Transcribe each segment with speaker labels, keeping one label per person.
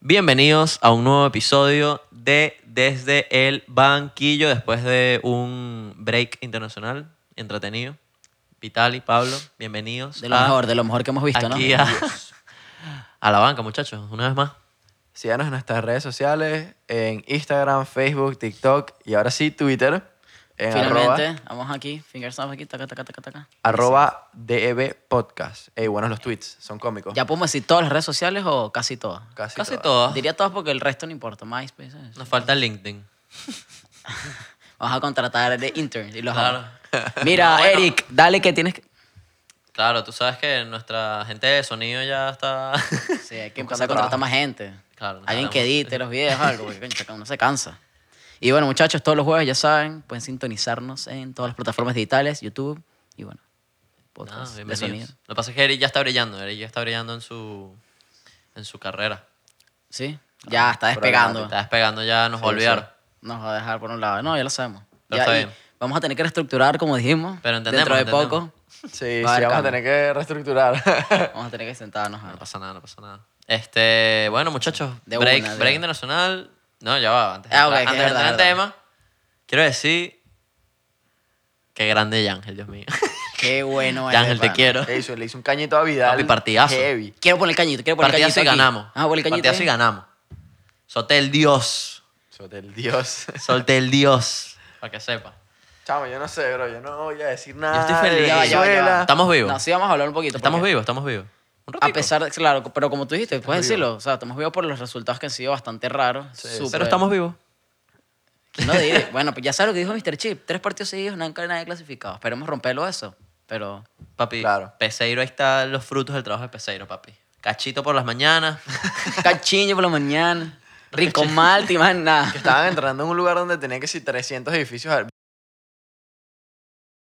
Speaker 1: Bienvenidos a un nuevo episodio de Desde el Banquillo, después de un break internacional entretenido. Vitali, Pablo, bienvenidos.
Speaker 2: De lo
Speaker 1: a-
Speaker 2: mejor, de lo mejor que hemos visto,
Speaker 1: Ah. aquí
Speaker 2: ¿no?
Speaker 1: a, a la banca, muchachos, una vez más.
Speaker 3: Síganos en nuestras redes sociales, en Instagram, Facebook, TikTok y ahora sí Twitter, en
Speaker 2: Finalmente,
Speaker 3: arroba,
Speaker 2: vamos aquí, fingers up aquí, taca, taca, taca, taca.
Speaker 3: arroba DEB Podcast. Ey, buenos los tweets, son cómicos.
Speaker 2: ¿Ya podemos decir todas las redes sociales o casi todas?
Speaker 3: Casi,
Speaker 1: Casi
Speaker 3: todas.
Speaker 1: todas.
Speaker 2: Diría todas porque el resto no importa. MySpace. ¿sabes?
Speaker 1: Nos falta LinkedIn.
Speaker 2: Vamos a contratar de interns y los
Speaker 1: Claro.
Speaker 2: hago. Mira, Eric, dale que tienes que...
Speaker 1: Claro, tú sabes que nuestra gente de sonido ya está.
Speaker 2: Sí, hay que empezar
Speaker 3: Buscando
Speaker 2: a contratar
Speaker 3: trabajo.
Speaker 2: más gente.
Speaker 1: Claro,
Speaker 2: Alguien
Speaker 1: necesitamos-
Speaker 2: que edite los videos, algo, porque coño, chaca, uno se cansa. Y bueno, muchachos, todos los jueves, ya saben, pueden sintonizarnos en todas las plataformas digitales, YouTube y bueno,
Speaker 1: Nada,
Speaker 2: podcast de sonido.
Speaker 1: Ah, bienvenidos. Lo que pasa es que Eric ya está brillando, Eric ya está brillando en su, en su carrera.
Speaker 2: Sí, ya está
Speaker 3: por
Speaker 2: despegando.
Speaker 1: Está despegando, ya nos va a
Speaker 3: Sí,
Speaker 1: olvidar.
Speaker 2: Nos va a dejar por un lado. No, ya lo sabemos.
Speaker 1: Pero
Speaker 2: Ya,
Speaker 1: está
Speaker 2: y
Speaker 1: bien.
Speaker 2: Vamos a tener que reestructurar, como dijimos.
Speaker 1: Pero entendemos,
Speaker 2: Dentro de
Speaker 1: entendemos.
Speaker 2: poco
Speaker 3: Sí, sí,
Speaker 2: Va a haber
Speaker 3: vamos a
Speaker 2: cambio.
Speaker 3: tener que reestructurar.
Speaker 2: vamos a tener que sentarnos. a
Speaker 1: No
Speaker 2: ver.
Speaker 1: pasa nada, no pasa nada. Este, bueno, muchachos,
Speaker 2: De
Speaker 1: break,
Speaker 2: una, de
Speaker 1: break
Speaker 2: una.
Speaker 1: internacional. No, ya va, antes de
Speaker 2: Ah,
Speaker 1: entrar,
Speaker 2: ok, que
Speaker 1: antes de
Speaker 2: es verdad,
Speaker 1: entrar en
Speaker 2: verdad.
Speaker 1: tema, quiero decir que grande Yángel, Dios mío.
Speaker 2: Qué bueno es.
Speaker 1: Yángel, te
Speaker 2: pana.
Speaker 1: quiero.
Speaker 3: Ey, hizo- le hizo un cañito a Vidal.
Speaker 1: Papi, partidazo.
Speaker 3: Heavy.
Speaker 2: Quiero poner el cañito, quiero poner
Speaker 1: Partidazo
Speaker 2: el
Speaker 1: y
Speaker 2: cañito. aquí.
Speaker 1: ganamos.
Speaker 2: Ah, pon el cañito.
Speaker 1: Partidazo
Speaker 2: ahí.
Speaker 1: y ganamos. Solté el Dios.
Speaker 3: Eso del Dios.
Speaker 1: Solté el Dios. Para que sepa.
Speaker 3: Chamo, yo no sé, bro. Yo no voy a decir nada.
Speaker 1: estoy
Speaker 3: de
Speaker 1: feliz.
Speaker 2: Ya va, ya va, ya va.
Speaker 3: Venezuela.
Speaker 1: Estamos vivos.
Speaker 2: No, sí, vamos a hablar un poquito.
Speaker 1: Estamos
Speaker 2: porque-
Speaker 1: vivos, estamos vivos. Un
Speaker 2: A
Speaker 1: ratico.
Speaker 2: pesar, de- claro, pero como tú dijiste, puedes decirlo. O sea, estamos vivos por los resultados que han sido bastante raros. súper-
Speaker 1: Pero estamos vivos.
Speaker 2: No diré. Bueno, pues ya sabes lo que dijo Mr. Chip. Tres partidos seguidos, no han caído nadie clasificado. Esperemos romperlo eso. Pero
Speaker 1: Papi,
Speaker 3: Claro.
Speaker 1: Peseiro, ahí están los frutos del trabajo de Peseiro, papi. Cachito por las mañanas.
Speaker 2: cachinho por la mañana, rico mal, más nada.
Speaker 3: Que estaban entrando en un lugar donde tenía que ser 300 edificios. al-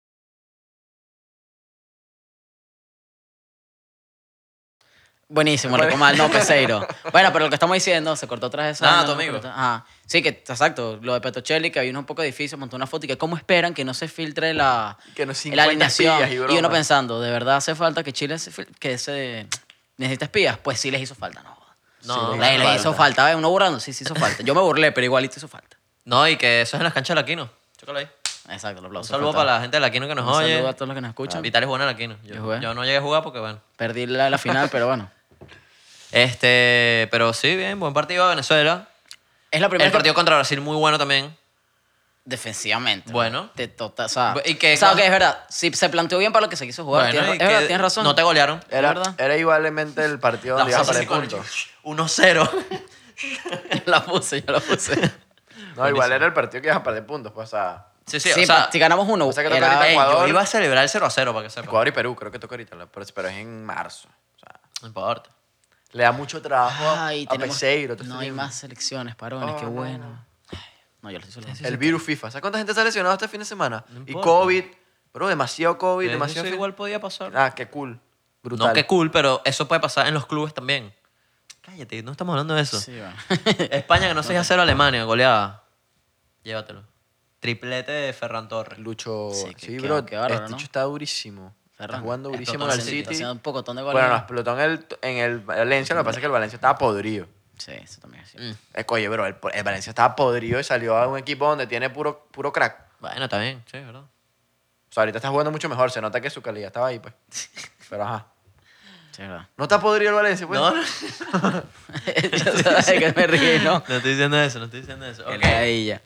Speaker 2: Buenísimo, rico mal, no, Peseiro. Bueno, pero lo que estamos diciendo, se cortó tras esa.
Speaker 1: Ah,
Speaker 2: vaina,
Speaker 1: tu
Speaker 2: ¿no?
Speaker 1: amigo.
Speaker 2: Ajá. Sí, que exacto, lo de Petrocelli, que había unos pocos edificios, montó una foto y que cómo esperan que no se filtre la,
Speaker 3: Que no
Speaker 2: la
Speaker 3: 50
Speaker 2: alineación.
Speaker 3: espías
Speaker 2: Y,
Speaker 3: y
Speaker 2: uno
Speaker 3: bromas.
Speaker 2: pensando, ¿de verdad hace falta que Chile se, fil- que se necesita espías? Pues sí les hizo falta, no. jodas.
Speaker 1: No,
Speaker 2: Sí,
Speaker 1: no,
Speaker 2: les,
Speaker 1: no,
Speaker 2: les hizo falta, ¿ves? Uno burlando, sí, sí hizo falta. Yo me burlé, pero igualito hizo falta.
Speaker 1: No, y que eso es en las canchas de Laquino. Chócalo ahí.
Speaker 2: Exacto, los
Speaker 1: Un
Speaker 2: aplausos.
Speaker 1: saludo para la gente de Laquino que nos
Speaker 2: Un
Speaker 1: oye.
Speaker 2: saludo a todos los que nos escuchan.
Speaker 1: Vital es buena en Laquino.
Speaker 2: Yo
Speaker 1: Yo,
Speaker 2: jugué.
Speaker 1: yo no llegué a jugar porque, bueno.
Speaker 2: Perdí la, la final, pero bueno.
Speaker 1: Este, pero sí, bien, buen partido de Venezuela.
Speaker 2: Es la primera
Speaker 1: El partido contra Brasil muy bueno también.
Speaker 2: defensivamente.
Speaker 1: Bueno.
Speaker 2: Te tota- o sea,
Speaker 1: Bu- y que-
Speaker 2: o sea, ok, es verdad. Si se planteó bien para lo que se quiso jugar.
Speaker 1: Bueno,
Speaker 2: tienes, ra-
Speaker 1: y
Speaker 2: es verdad,
Speaker 1: que
Speaker 2: tienes razón.
Speaker 1: No te golearon.
Speaker 3: Era,
Speaker 2: ¿Es verdad?
Speaker 3: era igualmente el partido donde iba a
Speaker 1: puse así
Speaker 3: perder
Speaker 1: con-
Speaker 3: puntos.
Speaker 1: 1-0.
Speaker 2: la puse, yo la puse.
Speaker 3: No, igual era el partido que ibas a perder puntos. Pues, o sea,
Speaker 1: Sí, sí,
Speaker 2: Sí,
Speaker 1: o sea,
Speaker 2: pa- si ganamos uno,
Speaker 3: o sea que toca
Speaker 2: era-
Speaker 3: ahorita
Speaker 1: ey, yo
Speaker 3: Ecuador.
Speaker 1: iba a celebrar el 0-0 para que sepa.
Speaker 3: Ecuador y Perú, creo que toca ahorita, la- pero, pero es en marzo. O sea,
Speaker 1: No importa.
Speaker 3: le da mucho trabajo a-
Speaker 2: Ay,
Speaker 3: a
Speaker 2: tenemos-
Speaker 3: Peseiro. todo
Speaker 2: No
Speaker 3: este
Speaker 2: hay
Speaker 3: tipo.
Speaker 2: más selecciones, parones,
Speaker 3: Oh,
Speaker 2: qué
Speaker 3: no,
Speaker 2: bueno. Ay, No, yo lo estoy solo.
Speaker 3: El virus FIFA. ¿Sabes cuánta gente se ha lesionado este fin de semana? y
Speaker 1: importa.
Speaker 3: COVID. Bro, demasiado COVID, demasiado.
Speaker 1: Eso
Speaker 3: fin-
Speaker 1: igual podía pasar.
Speaker 3: Ah, qué cool. Brutal.
Speaker 1: No, qué cool, pero eso puede pasar en los clubes también. Cállate, no estamos hablando de eso.
Speaker 2: Sí, bueno.
Speaker 1: España que no 6 a 0 Alemania, goleada. Llévatelo. Triplete de Ferran Torres.
Speaker 3: Lucho.
Speaker 2: Sí,
Speaker 3: Sí,
Speaker 2: que- que-
Speaker 3: bro.
Speaker 2: que bárbaro,
Speaker 3: este
Speaker 2: ¿no?
Speaker 3: hecho está durísimo.
Speaker 2: Ferran.
Speaker 3: Está jugando
Speaker 1: Explotó
Speaker 3: durísimo
Speaker 1: en
Speaker 3: en el
Speaker 1: el
Speaker 2: Está
Speaker 3: City.
Speaker 2: haciendo un pocotón de goles.
Speaker 3: Bueno, no, explotó en el, en el Valencia. Lo que pasa es que el Valencia estaba podrido.
Speaker 2: Sí, eso también es cierto.
Speaker 1: Mm.
Speaker 3: Es que, Oye, bro, el, el Valencia estaba podrido y salió a un equipo donde tiene puro, puro crack.
Speaker 1: Bueno, está bien, sí, ¿verdad?
Speaker 3: O sea, ahorita está jugando mucho mejor. Se nota que su calidad estaba ahí, pues. Pero ajá.
Speaker 2: Sí, es verdad.
Speaker 3: No está podrido el Valencia, pues.
Speaker 1: No, no,
Speaker 2: Yo sabía que me ríe, ¿no?
Speaker 1: no estoy diciendo eso, no estoy diciendo eso.
Speaker 2: Qué
Speaker 1: Ok.
Speaker 2: ladilla.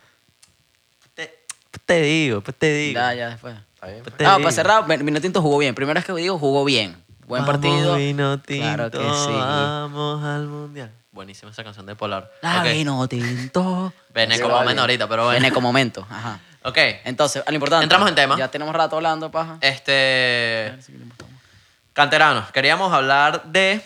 Speaker 1: Te, te digo, pues te digo.
Speaker 2: Ya, ya, después.
Speaker 3: Está bien, pues.
Speaker 1: Te
Speaker 2: Ah,
Speaker 1: digo.
Speaker 2: para cerrar, Min- Minotinto jugó bien. Primera vez que digo, jugó bien. Buen
Speaker 1: Vamos,
Speaker 2: partido.
Speaker 1: vino tinto,
Speaker 2: Claro que sí.
Speaker 1: Vamos al mundial. Buenísima esa canción de Polar.
Speaker 2: La
Speaker 1: Ok.
Speaker 2: vino tinto.
Speaker 1: Veneco
Speaker 3: Vale.
Speaker 1: momento ahorita, pero bueno.
Speaker 2: Veneco momento. Ajá.
Speaker 1: Ok.
Speaker 2: Entonces, a lo importante.
Speaker 1: Entramos en tema.
Speaker 2: Ya tenemos rato hablando, paja.
Speaker 1: Este. Canteranos, queríamos hablar de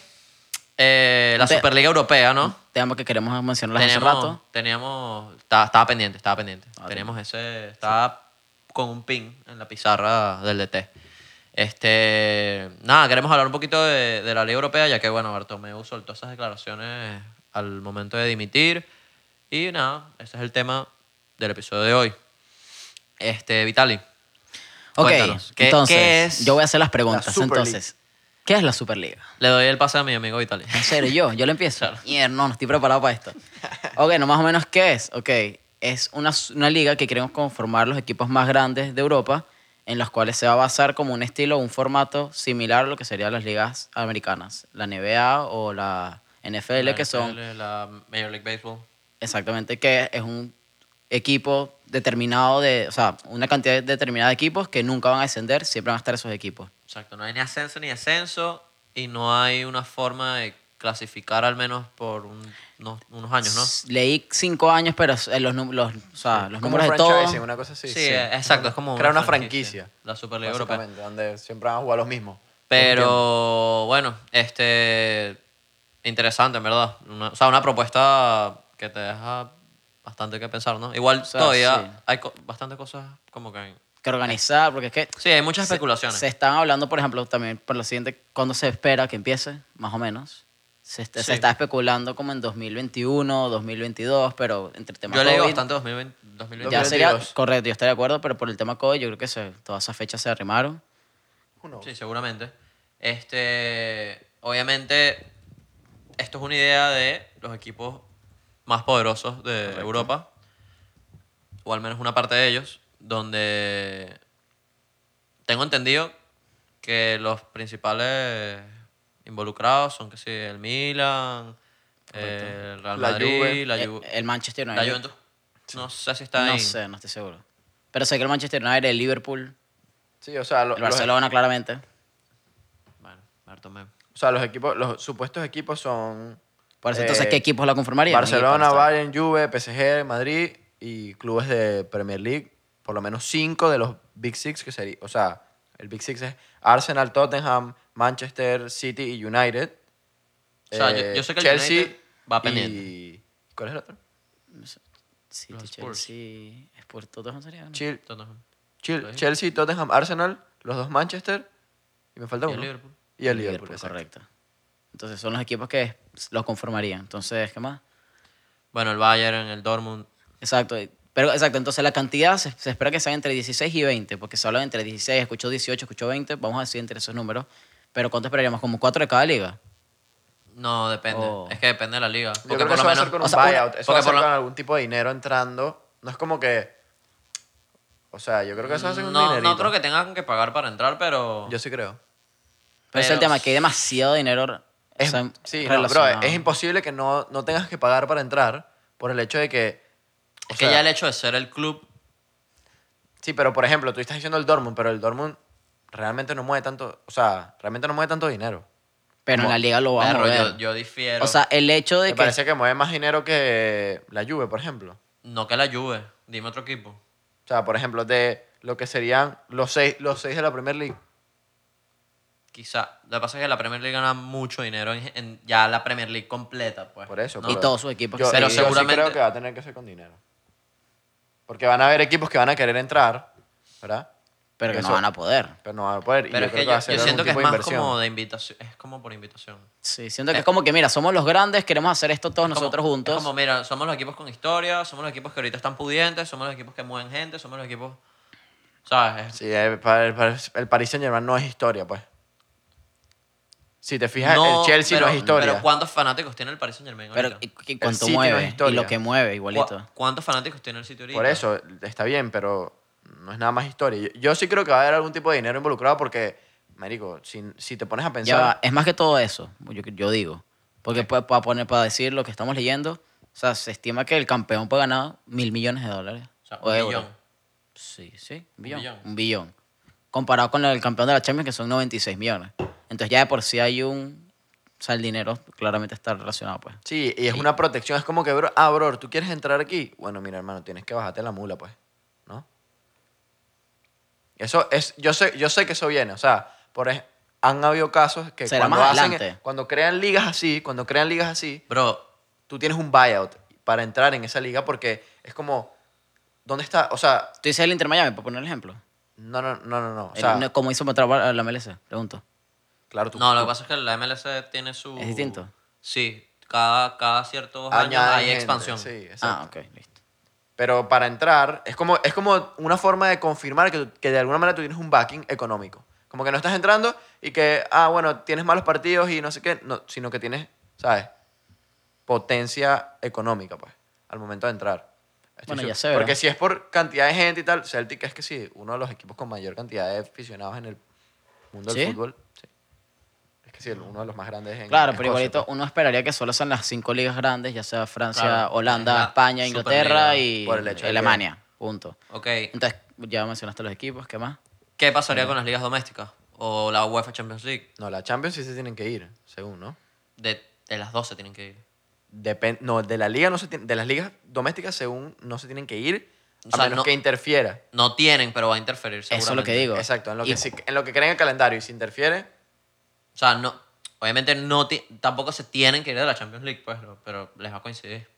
Speaker 1: eh, la
Speaker 2: Te-
Speaker 1: Superliga Europea, ¿no?
Speaker 2: Tema que queremos mencionar hace
Speaker 1: Teníamos,
Speaker 2: rato.
Speaker 1: teníamos, estaba, estaba pendiente, estaba pendiente.
Speaker 2: Ah,
Speaker 1: teníamos ese, estaba con un pin en la pizarra del DT. Este, nada, queremos hablar un poquito de, de la ley europea, ya que, bueno, Bartomeu soltó esas declaraciones al momento de dimitir. Y nada, ese es el tema del episodio de hoy. Este, Vitali.
Speaker 2: Ok,
Speaker 1: cuéntanos, ¿qué-
Speaker 2: entonces,
Speaker 1: qué es
Speaker 2: yo voy a hacer las preguntas.
Speaker 3: la Super League?
Speaker 2: entonces, ¿Qué es la Superliga?
Speaker 1: Le doy el pase a mi amigo Vitaly.
Speaker 2: En serio, yo, yo lo empiezo. Mier, no, no estoy preparado para esto. Ok, no más o menos qué es. Ok, es una, s- una liga que queremos conformar los equipos más grandes de Europa, en los cuales se va a basar como un estilo, un formato similar a lo que serían las ligas americanas, la NBA o la NFL, que son
Speaker 1: La Major League Baseball.
Speaker 2: Exactamente, que es un equipo determinado de, o sea, una cantidad determinada de equipos que nunca van a descender, siempre van a estar esos equipos.
Speaker 1: Exacto, no hay ni ascenso ni descenso y no hay una forma de clasificar al menos por un- unos, unos años, ¿no?
Speaker 2: S- Leí cinco años, pero s- eh, los, nu- los, o sea, Ah, los
Speaker 3: Como
Speaker 2: números de
Speaker 3: franchising,
Speaker 2: todo.
Speaker 3: una cosa así.
Speaker 1: Sí, eh, exacto, es como
Speaker 3: Crear una franquicia,
Speaker 1: La Superliga Europea.
Speaker 3: básicamente, donde siempre van a jugar los mismos.
Speaker 1: Pero bueno, este interesante, en verdad. Una- o sea, una propuesta que te deja bastante que pensar, ¿no? Igual
Speaker 2: sea,
Speaker 1: todavía
Speaker 2: sí.
Speaker 1: hay co- bastantes cosas como que
Speaker 2: Que organizar, porque es que
Speaker 1: Sí, hay muchas especulaciones.
Speaker 2: se están hablando, por ejemplo, también por lo siguiente, cuándo se espera que empiece, más o menos. Se, est- se
Speaker 1: Sí.
Speaker 2: está especulando como en 2021, 2022, pero entre el tema
Speaker 1: Yo leí
Speaker 2: COVID,
Speaker 1: bastante 2020, 2022.
Speaker 2: Ya sería
Speaker 3: 2022.
Speaker 2: correcto, yo estaría de acuerdo, pero por el tema COVID yo creo que se- todas esas fechas se arrimaron.
Speaker 3: Uno.
Speaker 1: Sí, seguramente. Este, obviamente, esto es una idea de los equipos más poderosos de Europa, o al menos una parte de ellos, donde tengo entendido que los principales involucrados son que sí, el Milan, el Real
Speaker 3: La
Speaker 1: Madrid,
Speaker 3: Juve.
Speaker 1: la,
Speaker 2: Eh,
Speaker 1: Ju-
Speaker 2: el Manchester
Speaker 1: la
Speaker 2: United.
Speaker 1: Juventus. No sé si está
Speaker 2: no
Speaker 1: ahí.
Speaker 2: sé, no estoy seguro. Pero sé que el Manchester United, el Liverpool,
Speaker 3: Sí, o sea, lo-
Speaker 2: el
Speaker 3: los-
Speaker 2: Barcelona, claramente.
Speaker 1: Bueno, Marto me-
Speaker 3: o sea, los equipos, los supuestos equipos son
Speaker 2: Por eso,
Speaker 3: Eh,
Speaker 2: entonces, ¿qué equipos la conformarían?
Speaker 3: Barcelona,
Speaker 2: Equipos,
Speaker 3: Bayern, Juve, PSG, Madrid y clubes de Premier League, por lo menos cinco de los Big Six que sería, o sea, el Big Six es Arsenal, Tottenham, Manchester City y United.
Speaker 1: O sea, yo- yo sé que el
Speaker 3: Chelsea
Speaker 1: United va
Speaker 3: y-
Speaker 1: pendiente. Mm,
Speaker 3: ¿Cuál es el otro?
Speaker 2: City,
Speaker 1: Los Spurs.
Speaker 2: Chelsea, Spurs, todos serían.
Speaker 3: Chil-
Speaker 1: Tottenham.
Speaker 3: Chil-
Speaker 1: Lo dije.
Speaker 3: Chelsea, Tottenham, Arsenal, los dos Manchester y me falta
Speaker 1: Y el
Speaker 3: uno.
Speaker 1: Liverpool.
Speaker 3: Y el Liverpool, exacto.
Speaker 2: correcto. Entonces, son los equipos que los conformarían. Entonces, ¿qué más?
Speaker 1: Bueno, el Bayern, el Dortmund,
Speaker 2: Exacto. y- Pero, exacto, entonces la cantidad se, se espera que sea entre 16 y 20, porque se habla de entre 16, escuchó 18, escuchó 20, vamos a decir entre esos números. Pero ¿cuánto esperaríamos? Como cuatro de cada liga.
Speaker 1: No, depende.
Speaker 2: Oh.
Speaker 1: Es que depende de la liga.
Speaker 3: Yo
Speaker 1: Porque
Speaker 3: creo
Speaker 1: por lo
Speaker 3: que eso va a ser
Speaker 1: menos.
Speaker 3: con
Speaker 2: o
Speaker 3: un
Speaker 2: sea, una-
Speaker 3: buyout. Eso va a
Speaker 1: porque
Speaker 3: ser
Speaker 1: por lo-
Speaker 3: con algún tipo de dinero entrando. No es como que. O sea, yo creo que eso va a ser un
Speaker 1: No,
Speaker 3: dinerito.
Speaker 1: no creo que tengan que pagar para entrar, pero.
Speaker 3: Yo sí creo.
Speaker 2: Pero ese es el
Speaker 1: Pero
Speaker 2: tema, que hay demasiado dinero o
Speaker 3: Es,
Speaker 2: sea,
Speaker 3: sí, no, bro,
Speaker 2: relacionado.
Speaker 3: es imposible que no, no tengas que pagar para entrar por el hecho de que. o
Speaker 1: es que
Speaker 3: sea,
Speaker 1: ya el hecho de ser el club.
Speaker 3: Sí, pero por ejemplo, tú estás diciendo el Dortmund, pero el Dortmund realmente no mueve tanto. O sea, realmente no mueve tanto dinero.
Speaker 2: Pero en la liga lo va Oh, a
Speaker 1: Perro,
Speaker 2: mover.
Speaker 1: yo, yo difiero.
Speaker 2: o sea, el hecho de
Speaker 3: Me
Speaker 2: que...
Speaker 3: parece que mueve más dinero que la Juve, por ejemplo.
Speaker 1: no que la Juve. Dime otro equipo.
Speaker 3: O sea, por ejemplo, de lo que serían los seis, los seis de la Premier League.
Speaker 1: Quizá. Lo que pasa es que la Premier League gana mucho dinero en, en- ya la Premier League completa, pues.
Speaker 3: Por eso.
Speaker 1: ¿no?
Speaker 2: Y todos sus equipos que
Speaker 3: Yo,
Speaker 2: se
Speaker 1: Pero
Speaker 3: yo
Speaker 2: dividen.
Speaker 1: seguramente-
Speaker 3: sí creo que va a tener que ser con dinero. Porque van a haber equipos que van a querer entrar, ¿verdad?
Speaker 2: Pero que
Speaker 3: Eso-
Speaker 2: no van a poder.
Speaker 3: Pero no van a poder. Y
Speaker 1: Pero
Speaker 3: yo
Speaker 1: es
Speaker 3: creo
Speaker 1: que
Speaker 3: que va
Speaker 1: yo,
Speaker 3: a ser
Speaker 1: yo
Speaker 3: algún
Speaker 1: siento que es
Speaker 3: tipo de
Speaker 1: más
Speaker 3: inversión.
Speaker 1: como de invitación. Es como por invitación.
Speaker 2: Sí, siento que es como que, mira, somos los grandes, queremos hacer esto todos
Speaker 1: Como-
Speaker 2: nosotros juntos.
Speaker 1: Es como, mira, somos los equipos con historia, somos los equipos que ahorita están pudientes, somos los equipos que mueven gente, somos los equipos. ¿Sabes? Es-
Speaker 3: Sí, eh, para el, para el Paris Saint-Germain no es historia, pues. Si te fijas, el Chelsea
Speaker 1: pero-
Speaker 3: no es historia.
Speaker 1: Pero ¿cuántos fanáticos tiene el Paris Saint Germain
Speaker 2: pero
Speaker 1: ahorita?
Speaker 2: y- y cuánto
Speaker 3: City no es
Speaker 2: mueve y
Speaker 3: historia.
Speaker 2: lo que mueve, igualito.
Speaker 1: ¿Cu- ¿Cuántos fanáticos tiene el sitio ahorita?
Speaker 3: Por eso, está bien, pero no es nada más historia. Yo, yo sí creo que va a haber algún tipo de dinero involucrado porque, marico, si, si te pones a
Speaker 2: Ya
Speaker 3: pensar...
Speaker 2: va, es más que todo eso, yo, yo digo. Porque pa- para, poner, para decir lo que estamos leyendo, o sea, se estima que el campeón puede ganar mil millones de dólares.
Speaker 1: O sea,
Speaker 2: o
Speaker 1: un
Speaker 2: euros.
Speaker 1: billón.
Speaker 2: Sí, sí, un billón.
Speaker 1: billón.
Speaker 2: Un billón. Comparado con el campeón de la Champions, que son 96 millones. Entonces ya de por sí hay un... O sea, el dinero claramente está relacionado, pues.
Speaker 3: Sí, y es una protección. Es como que, bro, ah, bro, ¿tú quieres entrar aquí? Bueno, mira, hermano, tienes que bajarte la mula, pues. ¿No? Eso es... Yo sé, yo sé que eso viene. O sea, por ej- han habido casos que
Speaker 2: Será
Speaker 3: cuando,
Speaker 2: más
Speaker 3: hacen-
Speaker 2: adelante.
Speaker 3: cuando crean ligas así, cuando crean ligas así,
Speaker 1: Bro,
Speaker 3: tú tienes un buyout para entrar en esa liga porque es como, ¿dónde está? O sea,
Speaker 2: Tú dices el Inter Miami, para poner el ejemplo.
Speaker 3: no, no, no, no, no. O
Speaker 1: Eh,
Speaker 2: El-
Speaker 3: sea,
Speaker 2: no, ¿Cómo hizo para entrar a la MLS? Pregunto.
Speaker 3: claro, tú,
Speaker 1: no, lo
Speaker 3: tú
Speaker 1: que pasa es que la MLS tiene su.
Speaker 2: ¿Es distinto?
Speaker 1: Sí, cada, cada ciertos años
Speaker 3: añades
Speaker 1: hay
Speaker 3: Ah, gente,
Speaker 1: expansión.
Speaker 3: Sí, exacto.
Speaker 2: Ah, ok, listo.
Speaker 3: Pero para entrar, es como, es como una forma de confirmar que, tú- que de alguna manera tú tienes un backing económico. Como que no estás entrando y que, ah, bueno, tienes malos partidos y no sé qué, no, sino que tienes, ¿sabes? Potencia económica, pues, al momento de entrar.
Speaker 2: Bueno,
Speaker 3: seguro.
Speaker 2: ya se verá.
Speaker 3: Porque si es por cantidad de gente y tal, Celtic es que sí, uno de los equipos con mayor cantidad de aficionados en el mundo
Speaker 2: ¿Sí?
Speaker 3: del fútbol. Sí. Es que sí, el- uno de los más grandes en
Speaker 2: Claro,
Speaker 3: en
Speaker 2: pero
Speaker 3: Escocia,
Speaker 2: igualito
Speaker 3: pues,
Speaker 2: uno esperaría que solo sean las cinco ligas grandes, ya sea Francia,
Speaker 1: Claro,
Speaker 2: Holanda,
Speaker 1: la
Speaker 2: España, Inglaterra
Speaker 1: Superliga,
Speaker 2: y
Speaker 3: por el hecho de que-
Speaker 2: Alemania. Punto.
Speaker 1: Ok.
Speaker 2: Entonces, ya mencionaste los equipos, ¿qué más?
Speaker 1: ¿Qué pasaría con las ligas domésticas? O la UEFA Champions League.
Speaker 3: pues. No, la Champions sí se tienen que ir, según, ¿no?
Speaker 1: De, de las 12 tienen que ir.
Speaker 3: Depen- no, de la liga no se tiene- de las ligas domésticas según no se tienen que ir
Speaker 1: O
Speaker 3: a
Speaker 1: sea,
Speaker 3: menos
Speaker 1: no-
Speaker 3: que interfiera.
Speaker 1: No tienen, pero va a interferir
Speaker 2: Eso
Speaker 1: seguramente.
Speaker 2: es lo que digo.
Speaker 3: Exacto, en lo,
Speaker 2: Y-
Speaker 3: que, si- en lo que creen el calendario y si interfiere,
Speaker 1: O sea, no, obviamente no ti- tampoco se tienen que ir de la Champions League, pues, no, pero les va a coincidir.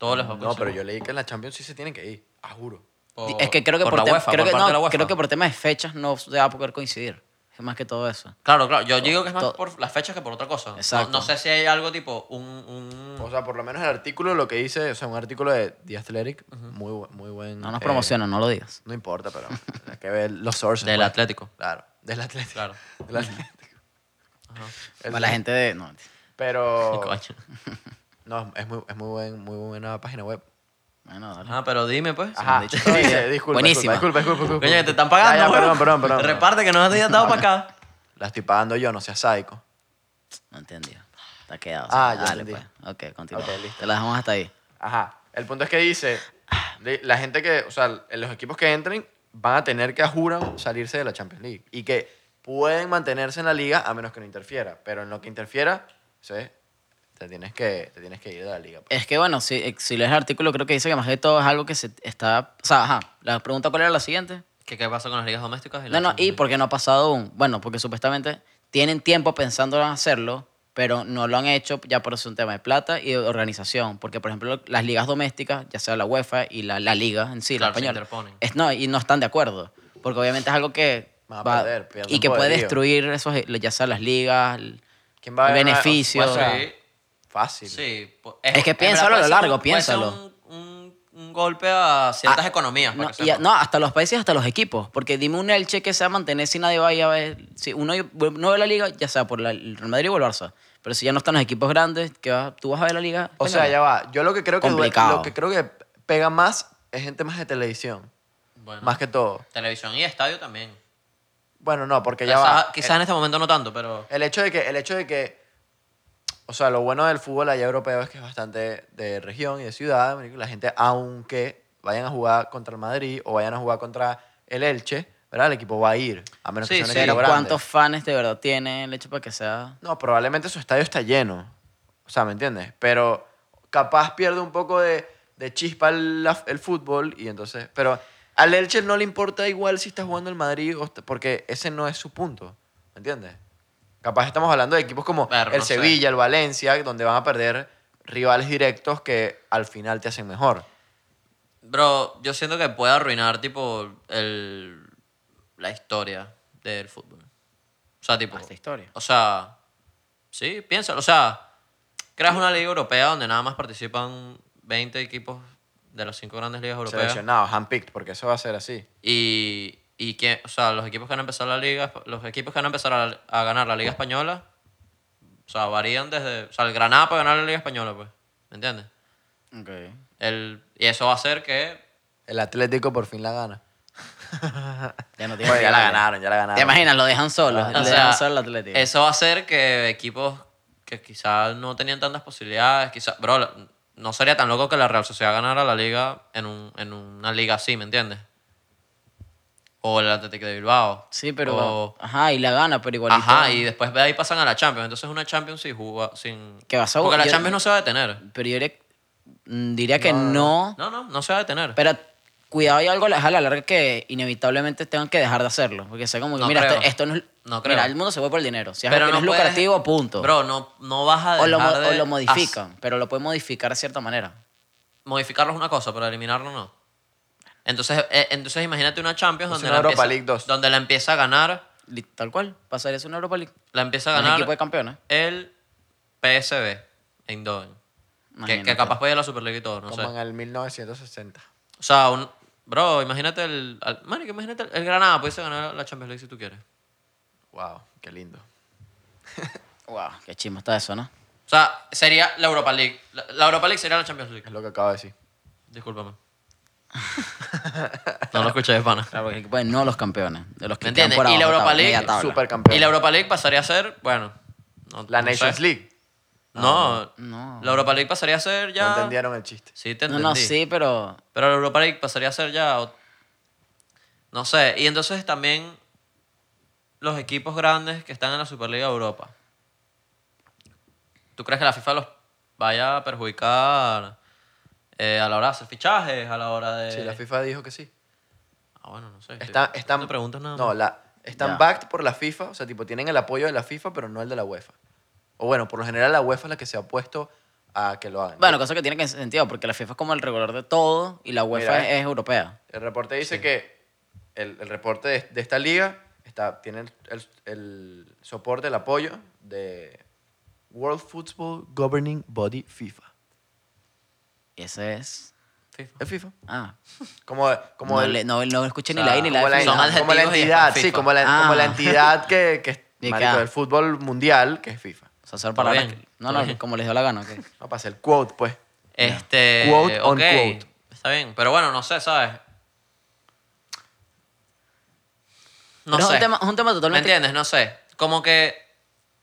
Speaker 1: Todo les va a coincidir.
Speaker 3: no, pero yo leí que en la Champions sí se tienen que ir, ah, juro.
Speaker 1: Por-
Speaker 2: es que creo que por,
Speaker 1: la
Speaker 2: tem-
Speaker 1: UEFA,
Speaker 2: creo
Speaker 1: por
Speaker 2: que-
Speaker 1: parte de
Speaker 2: no,
Speaker 1: la UEFA.
Speaker 2: creo que por temas de fechas no se va a poder coincidir. Es más que todo eso.
Speaker 1: Claro, claro. Yo digo que es más
Speaker 2: todo-
Speaker 1: por las fechas que por otra cosa. No-
Speaker 2: Exacto.
Speaker 1: No, sé si hay algo tipo un... un-
Speaker 3: O sea, por lo menos el artículo lo que dice, o sea, un artículo de The Athletic, muy, bu- muy buen...
Speaker 2: No nos
Speaker 3: eh,
Speaker 2: promocionan, no lo digas.
Speaker 3: No importa, pero hay que ver los sources.
Speaker 1: Del
Speaker 3: pues.
Speaker 1: Atlético.
Speaker 3: Claro, del Atlético.
Speaker 1: Claro.
Speaker 3: Del Atlético.
Speaker 2: Para la gente de. No,
Speaker 3: Pero...
Speaker 1: Coño.
Speaker 3: No, es muy, es muy, buen, muy buena página web.
Speaker 2: bueno, dale.
Speaker 1: Ajá, pero dime, pues.
Speaker 3: Ajá, pues,
Speaker 2: dicho
Speaker 3: dice,
Speaker 2: todavía.
Speaker 3: disculpa,
Speaker 2: Buenísima.
Speaker 3: disculpa, disculpa, disculpa.
Speaker 1: Coño, que te están
Speaker 3: Ya,
Speaker 1: pagando,
Speaker 3: ya,
Speaker 1: weón.
Speaker 3: perdón, perdón, perdón.
Speaker 1: Reparte que no te hayas dado para acá.
Speaker 3: La estoy pagando yo, no seas sádico.
Speaker 2: No entendí. Está quedado.
Speaker 3: Ah,
Speaker 2: sí.
Speaker 3: ya
Speaker 2: Dale,
Speaker 3: entendí.
Speaker 2: pues. Ok, continúa.
Speaker 3: Ok, listo.
Speaker 2: Te la dejamos hasta ahí.
Speaker 3: Ajá. El punto es que dice, de- la gente que, o sea, los equipos que entren van a tener que, juran, salirse de la Champions League. Y que pueden mantenerse en la liga a menos que no interfiera. Pero en lo que interfiera, ¿sí? te, tienes que, te tienes que ir de la liga. pues.
Speaker 2: Es que bueno, si, eh, si lees el artículo, creo que dice que más de todo es algo que se está. O sea, ajá. La pregunta, ¿cuál era la siguiente?
Speaker 1: ¿Qué, qué pasa con las ligas domésticas? Pues, Y la
Speaker 2: No, no,
Speaker 1: Champions
Speaker 2: y
Speaker 1: League?
Speaker 2: porque no ha pasado aún. Bueno, porque supuestamente tienen tiempo pensando en hacerlo, pero no lo han hecho ya por eso es un tema de plata y de organización. Porque, por ejemplo, las ligas domésticas, ya sea la UEFA y la, la liga en sí,
Speaker 1: Claro,
Speaker 2: la
Speaker 1: se
Speaker 2: española,
Speaker 1: interponen.
Speaker 2: es- no, y no están de acuerdo. Porque obviamente es algo que
Speaker 3: Van a perder, pierden
Speaker 2: y que puede
Speaker 3: poderío.
Speaker 2: destruir esos, ya sea las ligas, el-
Speaker 3: ¿Quién va a
Speaker 2: el
Speaker 3: ganar? Pues,
Speaker 2: beneficio.
Speaker 3: O sea,
Speaker 1: Sí.
Speaker 3: Fácil.
Speaker 1: Sí. po-
Speaker 2: pues, Es que
Speaker 1: en
Speaker 2: piénsalo a lo
Speaker 1: verdad puede ser
Speaker 2: largo,
Speaker 1: un- puede
Speaker 2: piénsalo.
Speaker 1: ser Un, un- un golpe a ciertas
Speaker 2: Ah,
Speaker 1: economías. para
Speaker 2: No,
Speaker 1: que
Speaker 2: y a-
Speaker 1: sepas.
Speaker 2: no, hasta los países, hasta los equipos. Porque dime un Elche que se va a mantener si nadie va a ir a ver. Si uno no ve la liga, ya sea por la- el Real Madrid o el Barça. Pero si ya no están los equipos grandes, que va- tú vas a ver la liga.
Speaker 3: O sea,
Speaker 2: española.
Speaker 3: ya va. Yo lo que creo que, due-
Speaker 2: Complicado.
Speaker 3: lo que, creo que pega más es gente más de televisión.
Speaker 1: Bueno,
Speaker 3: Más que todo.
Speaker 1: Televisión y estadio también.
Speaker 3: Bueno, no, porque ya
Speaker 1: Quizás,
Speaker 3: va.
Speaker 1: quizás en este momento no tanto, pero.
Speaker 3: El hecho de que, el hecho de que, o sea, lo bueno del fútbol allá europeo es que es bastante de región y de ciudad. marico, La gente, aunque vayan a jugar contra el Madrid o vayan a jugar contra el Elche, ¿verdad? El equipo va a ir, a menos
Speaker 1: Sí,
Speaker 3: que sea un
Speaker 1: sí.
Speaker 3: equipo
Speaker 2: Pero
Speaker 3: grande.
Speaker 2: ¿cuántos fans de verdad tiene el hecho para que sea.?
Speaker 3: No, probablemente su estadio está lleno. O sea, ¿me entiendes? Pero capaz pierde un poco de, de chispa el, la- el fútbol y entonces... Pero al Elche no le importa igual si está jugando el Madrid o está- porque ese no es su punto. ¿Me entiendes? Capaz estamos hablando de equipos como
Speaker 1: Ver,
Speaker 3: el
Speaker 1: no sé.
Speaker 3: Sevilla, el Valencia, donde van a perder rivales directos que al final te hacen mejor.
Speaker 1: Bro, yo siento que puede arruinar, tipo, el, la historia del fútbol. O sea, tipo.
Speaker 2: Ah, Esta historia.
Speaker 1: O sea, sí, piénsalo. O sea, creas una liga europea donde nada más participan 20 equipos de las cinco grandes ligas europeas.
Speaker 3: Seleccionados, handpicked, porque eso va a ser así.
Speaker 1: Y, y que, o sea, los equipos que van a empezar la liga, los equipos que van a empezar a, a ganar la liga española, o sea, varían desde, o sea, el Granada para ganar la liga española, pues, ¿me entiendes?
Speaker 2: Ok.
Speaker 1: El, y eso va a hacer que,
Speaker 3: El Atlético por fin la gana.
Speaker 2: Ya no tiene
Speaker 3: Bueno, ya la
Speaker 2: rival.
Speaker 3: ganaron, ya la ganaron.
Speaker 2: ¿Te imaginas? Lo dejan solo.
Speaker 1: Ah, o
Speaker 2: Le
Speaker 1: sea,
Speaker 2: dejan solo al Atlético.
Speaker 1: eso va a hacer que equipos que quizás no tenían tantas posibilidades, quizás, bro, la- no sería tan loco que la Real Sociedad ganara la liga en, un, en una liga así, ¿me entiendes? O el Atlético de Bilbao.
Speaker 2: Sí, pero.
Speaker 1: o-
Speaker 2: Ajá, y la gana, pero igual.
Speaker 1: Ajá, y después de ahí pasan a la Champions. Entonces una Champions sin jugar, sin...
Speaker 2: Que vas a-
Speaker 1: Porque la
Speaker 2: yo-
Speaker 1: Champions no se va a detener.
Speaker 2: Pero yo diría, mm, diría que no
Speaker 1: No, no, no se va a detener.
Speaker 2: Pero cuidado, hay algo a la a la larga que inevitablemente tengan que dejar de hacerlo. Porque sea como que,
Speaker 1: No
Speaker 2: mira, esto,
Speaker 1: creo.
Speaker 2: esto no es.
Speaker 1: No
Speaker 2: mira,
Speaker 1: creo.
Speaker 2: el mundo se fue por el dinero. Si es
Speaker 1: Pero
Speaker 2: algo que no es
Speaker 1: puedes-
Speaker 2: lucrativo, punto.
Speaker 1: Bro, no, no vas a dejar
Speaker 2: o, lo, mo-
Speaker 1: de...
Speaker 2: o lo
Speaker 1: as-
Speaker 2: modifican, pero lo pueden modificar de cierta manera.
Speaker 1: modificarlo es una cosa, pero eliminarlo no. Entonces, eh, entonces imagínate una Champions
Speaker 3: Es
Speaker 1: donde,
Speaker 3: una
Speaker 1: la
Speaker 3: Europa
Speaker 1: empieza,
Speaker 3: League 2.
Speaker 1: donde la empieza a ganar,
Speaker 2: Li- Tal cual, pasaría a ser una Europa League.
Speaker 1: la empieza a
Speaker 2: Un
Speaker 1: ganar
Speaker 2: equipo de campeones.
Speaker 1: el PSV Eindhoven. Que,
Speaker 2: Imagínate.
Speaker 1: que capaz puede ir a la Superliga y todo, no sé.
Speaker 3: Como en el 1960.
Speaker 1: O sea, un, bro, imagínate el. al- marico, imagínate el, el Granada, pudiese ganar la Champions League si tú quieres.
Speaker 3: Wow, qué lindo.
Speaker 2: Wow, qué chismo está eso, ¿no?
Speaker 1: O sea, sería la Europa League. La, la Europa League sería la Champions League.
Speaker 3: Es lo que acabo de decir.
Speaker 1: Discúlpame. no lo escuché de pana.
Speaker 2: Claro, porque el equipo de no los campeones, de los que
Speaker 1: ¿Me
Speaker 2: están
Speaker 1: entiendes?
Speaker 2: por
Speaker 1: Y la
Speaker 2: abajo,
Speaker 1: Europa
Speaker 2: tab- media
Speaker 1: League,
Speaker 2: tabla.
Speaker 3: supercampeón.
Speaker 1: Y la Europa League pasaría a ser, bueno. no-
Speaker 3: La
Speaker 1: no sé.
Speaker 3: Nations League.
Speaker 1: No,
Speaker 2: no.
Speaker 1: La Europa League pasaría a ser ya.
Speaker 3: No entendieron el chiste.
Speaker 1: Sí, te
Speaker 2: No,
Speaker 1: entendí.
Speaker 2: no, sí, pero
Speaker 1: Pero la Europa League pasaría a ser ya. ot- No sé. Y entonces también los equipos grandes que están en la Superliga de Europa. ¿Tú crees que la FIFA los vaya a perjudicar eh, a la hora de hacer fichajes, a la hora de.
Speaker 3: Sí, la FIFA dijo que sí.
Speaker 1: Ah, bueno, no sé.
Speaker 3: Está,
Speaker 1: estoy-
Speaker 3: están,
Speaker 1: No preguntas nada.
Speaker 3: No,
Speaker 1: más.
Speaker 3: la, están
Speaker 2: Ya.
Speaker 3: backed por la FIFA, o sea, tipo, tienen el apoyo de la FIFA, pero no el de la UEFA. O bueno, por lo general la UEFA es la que se ha puesto a que lo hagan.
Speaker 2: bueno, cosa que tiene que sentido, porque la FIFA es como el regulador de todo y la UEFA
Speaker 3: Mira,
Speaker 1: eh.
Speaker 2: es, es europea.
Speaker 3: El reporte dice que el, el reporte de, de esta liga está, tiene el, el- el soporte, el apoyo de World Football Governing Body FIFA.
Speaker 2: Y ese es.
Speaker 1: FIFA.
Speaker 3: Es FIFA.
Speaker 2: Ah,
Speaker 3: Como, como
Speaker 2: no,
Speaker 3: el-
Speaker 2: le- no, no escuché
Speaker 1: O
Speaker 2: ni la
Speaker 1: sea,
Speaker 2: I ni la
Speaker 3: como la,
Speaker 2: F.
Speaker 1: son
Speaker 3: como la
Speaker 1: adjetivos y después
Speaker 3: entidad, sí,
Speaker 1: FIFA.
Speaker 3: como la, como la
Speaker 2: Ah.
Speaker 3: entidad que, que es
Speaker 2: ¿De
Speaker 3: marico,
Speaker 2: qué?
Speaker 3: del fútbol mundial, que es FIFA.
Speaker 2: O sea, solo palabras
Speaker 1: bien,
Speaker 2: que- No,
Speaker 1: todo bien.
Speaker 2: no, como les dio la gana. ok.
Speaker 3: No pasa el quote, pues.
Speaker 1: Este.
Speaker 3: Quote
Speaker 1: ok,
Speaker 3: on quote.
Speaker 1: Está bien, pero bueno, no sé, ¿sabes? No
Speaker 2: Pero
Speaker 1: sé.
Speaker 2: Es un tema, es un tema
Speaker 1: ¿Me
Speaker 2: totalmente.
Speaker 1: entiendes? No sé. Como que.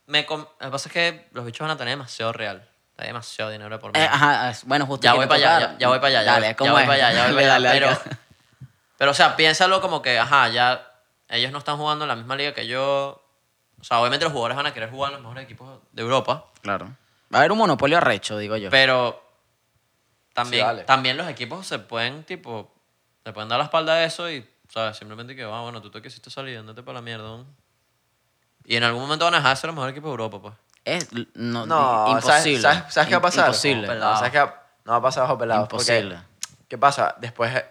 Speaker 1: Me com- Lo que pasa es que los bichos van a tener demasiado real. Hay demasiado dinero por
Speaker 2: Eh,
Speaker 1: medio.
Speaker 2: ajá, es- bueno, justo.
Speaker 1: ya
Speaker 2: que
Speaker 1: voy
Speaker 2: me
Speaker 1: para allá,
Speaker 2: tocaron.
Speaker 1: ya, ya voy para allá. ya
Speaker 2: Dale,
Speaker 1: voy-
Speaker 2: ¿cómo
Speaker 1: ya voy
Speaker 2: es?
Speaker 1: para allá, ya voy para allá.
Speaker 2: Dale, dale,
Speaker 1: pero, pero, o sea, piénsalo como que, ajá, ya. Ellos no están jugando en la misma liga que yo. O sea, obviamente los jugadores van a querer jugar en los mejores equipos de Europa.
Speaker 2: Claro. Va a haber un monopolio arrecho, digo yo.
Speaker 1: Pero también,
Speaker 3: Sí, vale.
Speaker 1: también los equipos se pueden, tipo, se pueden dar la espalda a eso y, ¿sabes? Simplemente que, ah, bueno, tú te quisiste salir, andate para la mierda. ¿no? Y en algún momento van a dejar de ser el mejor equipo de Europa, pues.
Speaker 3: Ah,
Speaker 2: Es no,
Speaker 3: No,
Speaker 2: imposible.
Speaker 3: ¿sabes, sabes, sabes qué va
Speaker 2: Im-
Speaker 3: a pasar?
Speaker 2: Imposible.
Speaker 1: Ojo,
Speaker 3: No, ¿sabes qué va- no va a pasar bajo pelado.
Speaker 2: Imposible.
Speaker 3: ¿Qué pasa? Después eh,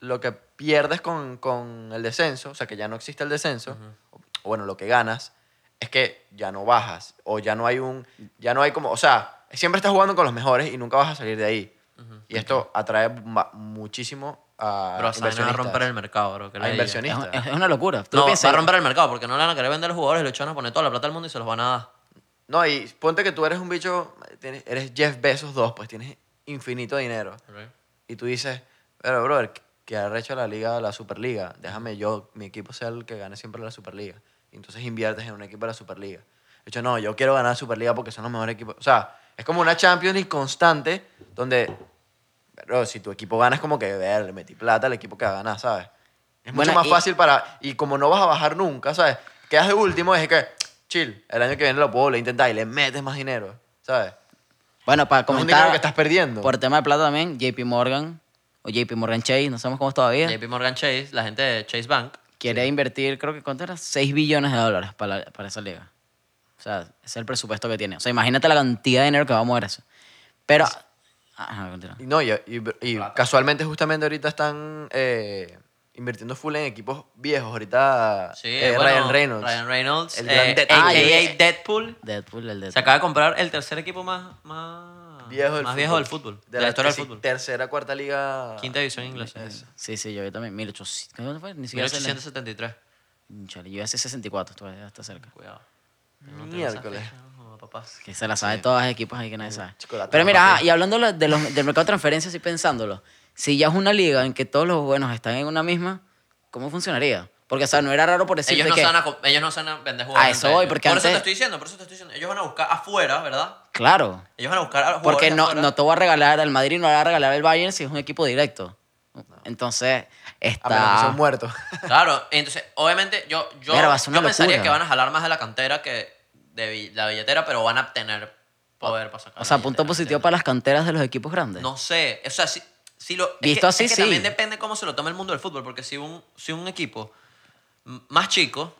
Speaker 3: lo que pierdes con, con el descenso, o sea, que ya no existe el descenso, o bueno, lo que ganas es que ya no bajas o ya no hay un ya no hay como, o sea, siempre estás jugando con los mejores y nunca vas a salir de ahí. Y esto atrae ma- muchísimo a
Speaker 1: Pero se van a
Speaker 3: inversionistas.
Speaker 1: romper el mercado, bro. que
Speaker 3: a
Speaker 1: ladilla.
Speaker 2: Es,
Speaker 3: inversionistas.
Speaker 2: es una locura. Tú
Speaker 1: No,
Speaker 2: piensas-
Speaker 1: va a romper el mercado porque no le van a querer vender a los jugadores, le echan a poner toda la plata del mundo y se los van a dar.
Speaker 3: No, y ponte que tú eres un bicho, tienes- eres Jeff Bezos 2, pues tienes infinito dinero. y tú dices, pero brother, que ha hecho la liga, la Superliga, déjame yo, mi equipo sea el que gane siempre la Superliga. Y entonces inviertes en un equipo de la Superliga. De hecho, no, yo quiero ganar la Superliga porque son los mejores equipos. O sea, es como una Champions League constante donde, pero si tu equipo gana es como que, ver, le metí plata al equipo que va a ganar, ¿sabes? Es mucho
Speaker 2: Bueno,
Speaker 3: más
Speaker 2: y-
Speaker 3: fácil para, y como no vas a bajar nunca, ¿sabes? Quedas de último, es que, chill, el año que viene lo puedo, le intentar y le metes más dinero, ¿sabes?
Speaker 2: Bueno, para
Speaker 3: Es un dinero
Speaker 2: comentar.
Speaker 3: que estás perdiendo.
Speaker 2: Por tema de plata también, JP Morgan o JP Morgan Chase, no sabemos cómo es todavía,
Speaker 1: JP Morgan Chase, la gente de Chase Bank,
Speaker 2: quiere invertir, creo que cuánto era, 6 billones de dólares para, la- para esa liga. O sea, ese es el presupuesto que tiene. O sea, imagínate la cantidad de dinero que va a mover eso. Pero... Ajá, continúa.
Speaker 3: Y No, y, y- y casualmente justamente ahorita están eh, invirtiendo full en equipos viejos. Ahorita
Speaker 1: sí,
Speaker 3: eh,
Speaker 1: bueno,
Speaker 3: Ryan Reynolds.
Speaker 1: Ryan Reynolds,
Speaker 3: El
Speaker 1: eh,
Speaker 3: gran Deadpool.
Speaker 1: AKA
Speaker 2: Ah, yo-
Speaker 1: Deadpool,
Speaker 2: Deadpool, el
Speaker 1: se
Speaker 2: Deadpool.
Speaker 1: acaba de comprar el tercer equipo más, más,
Speaker 3: Viejo del
Speaker 1: más
Speaker 3: fútbol.
Speaker 1: viejo del fútbol, de, la,
Speaker 3: la
Speaker 1: historia
Speaker 3: que sí,
Speaker 1: del fútbol.
Speaker 3: Tercera, cuarta liga.
Speaker 1: Quinta
Speaker 2: eh,
Speaker 1: división inglesa.
Speaker 2: Sí, sí, yo vi también. 1800... ¿Cuánto fue? Ni siquiera... sé la- Mm,
Speaker 1: 1873.
Speaker 2: Chale, yo iba a decir 64, tú ya está cerca.
Speaker 1: Cuidado.
Speaker 3: Miércoles.
Speaker 1: papás.
Speaker 2: Que se la sabe todas las equipos ahí que nadie sabe.
Speaker 3: chocolate,
Speaker 2: Pero mira, ah, y hablando de los- de los- del mercado de transferencias y pensándolo, si ya es una liga en que todos los buenos están en una misma, ¿cómo funcionaría? Porque, o sea, no era raro por decirte
Speaker 1: Ellos no,
Speaker 2: que...
Speaker 1: se van a, co- ellos no se van a vender jugadores.
Speaker 2: A eso
Speaker 1: entre ellos.
Speaker 2: voy, porque
Speaker 1: por eso
Speaker 2: antes-
Speaker 1: te estoy diciendo, por eso te estoy diciendo. Ellos van a buscar afuera, ¿verdad?
Speaker 2: Claro,
Speaker 1: Ellos van a buscar a los
Speaker 2: porque
Speaker 1: jugadores
Speaker 2: no,
Speaker 1: afuera.
Speaker 2: no te voy a regalar al Madrid, no le voy a regalar al Bayern si es un equipo directo. Entonces,
Speaker 3: A menos que
Speaker 1: Ah.
Speaker 2: está...
Speaker 3: son muertos.
Speaker 1: Claro, entonces, obviamente, yo, yo,
Speaker 2: Verga, va a ser
Speaker 1: yo
Speaker 2: una
Speaker 1: pensaría
Speaker 2: locura.
Speaker 1: que van a jalar más de la cantera que de bi- la billetera, pero van a tener poder para sacar.
Speaker 2: O sea,
Speaker 1: la
Speaker 2: punto
Speaker 1: billetera,
Speaker 2: positivo
Speaker 1: ¿entiendes?
Speaker 2: para las canteras de los equipos grandes.
Speaker 1: No sé, o sea, si, si lo... es
Speaker 2: Visto
Speaker 1: que-
Speaker 2: así,
Speaker 1: es que
Speaker 2: sí.
Speaker 1: también depende cómo se lo tome el mundo del fútbol, porque si un, si un equipo m- más chico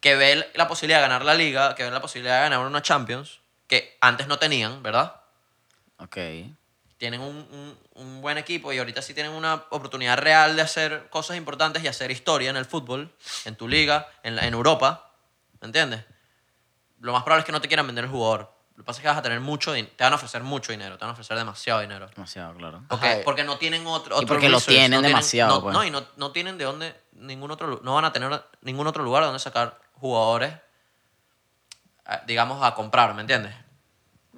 Speaker 1: que ve el- la posibilidad de ganar la liga, que ve la posibilidad de ganar una Champions, que antes no tenían, ¿verdad?
Speaker 2: Ok.
Speaker 1: Tienen un, un- un buen equipo y ahorita sí tienen una oportunidad real de hacer cosas importantes y hacer historia en el fútbol, en tu liga, en, la- en Europa, ¿me entiendes? Lo más probable es que no te quieran vender el jugador. Lo que pasa es que vas a tener mucho, din- te van a ofrecer mucho dinero, te van a ofrecer demasiado dinero.
Speaker 2: Demasiado, claro.
Speaker 1: Porque,
Speaker 3: Ajá.
Speaker 1: porque no tienen otro, otro
Speaker 2: porque lo
Speaker 1: resource,
Speaker 2: tienen
Speaker 1: no
Speaker 2: demasiado,
Speaker 1: no,
Speaker 2: pues.
Speaker 1: no, y no, no tienen de dónde ningún otro lu- no van a tener ningún otro lugar donde sacar jugadores a- digamos, a comprar, ¿me entiendes?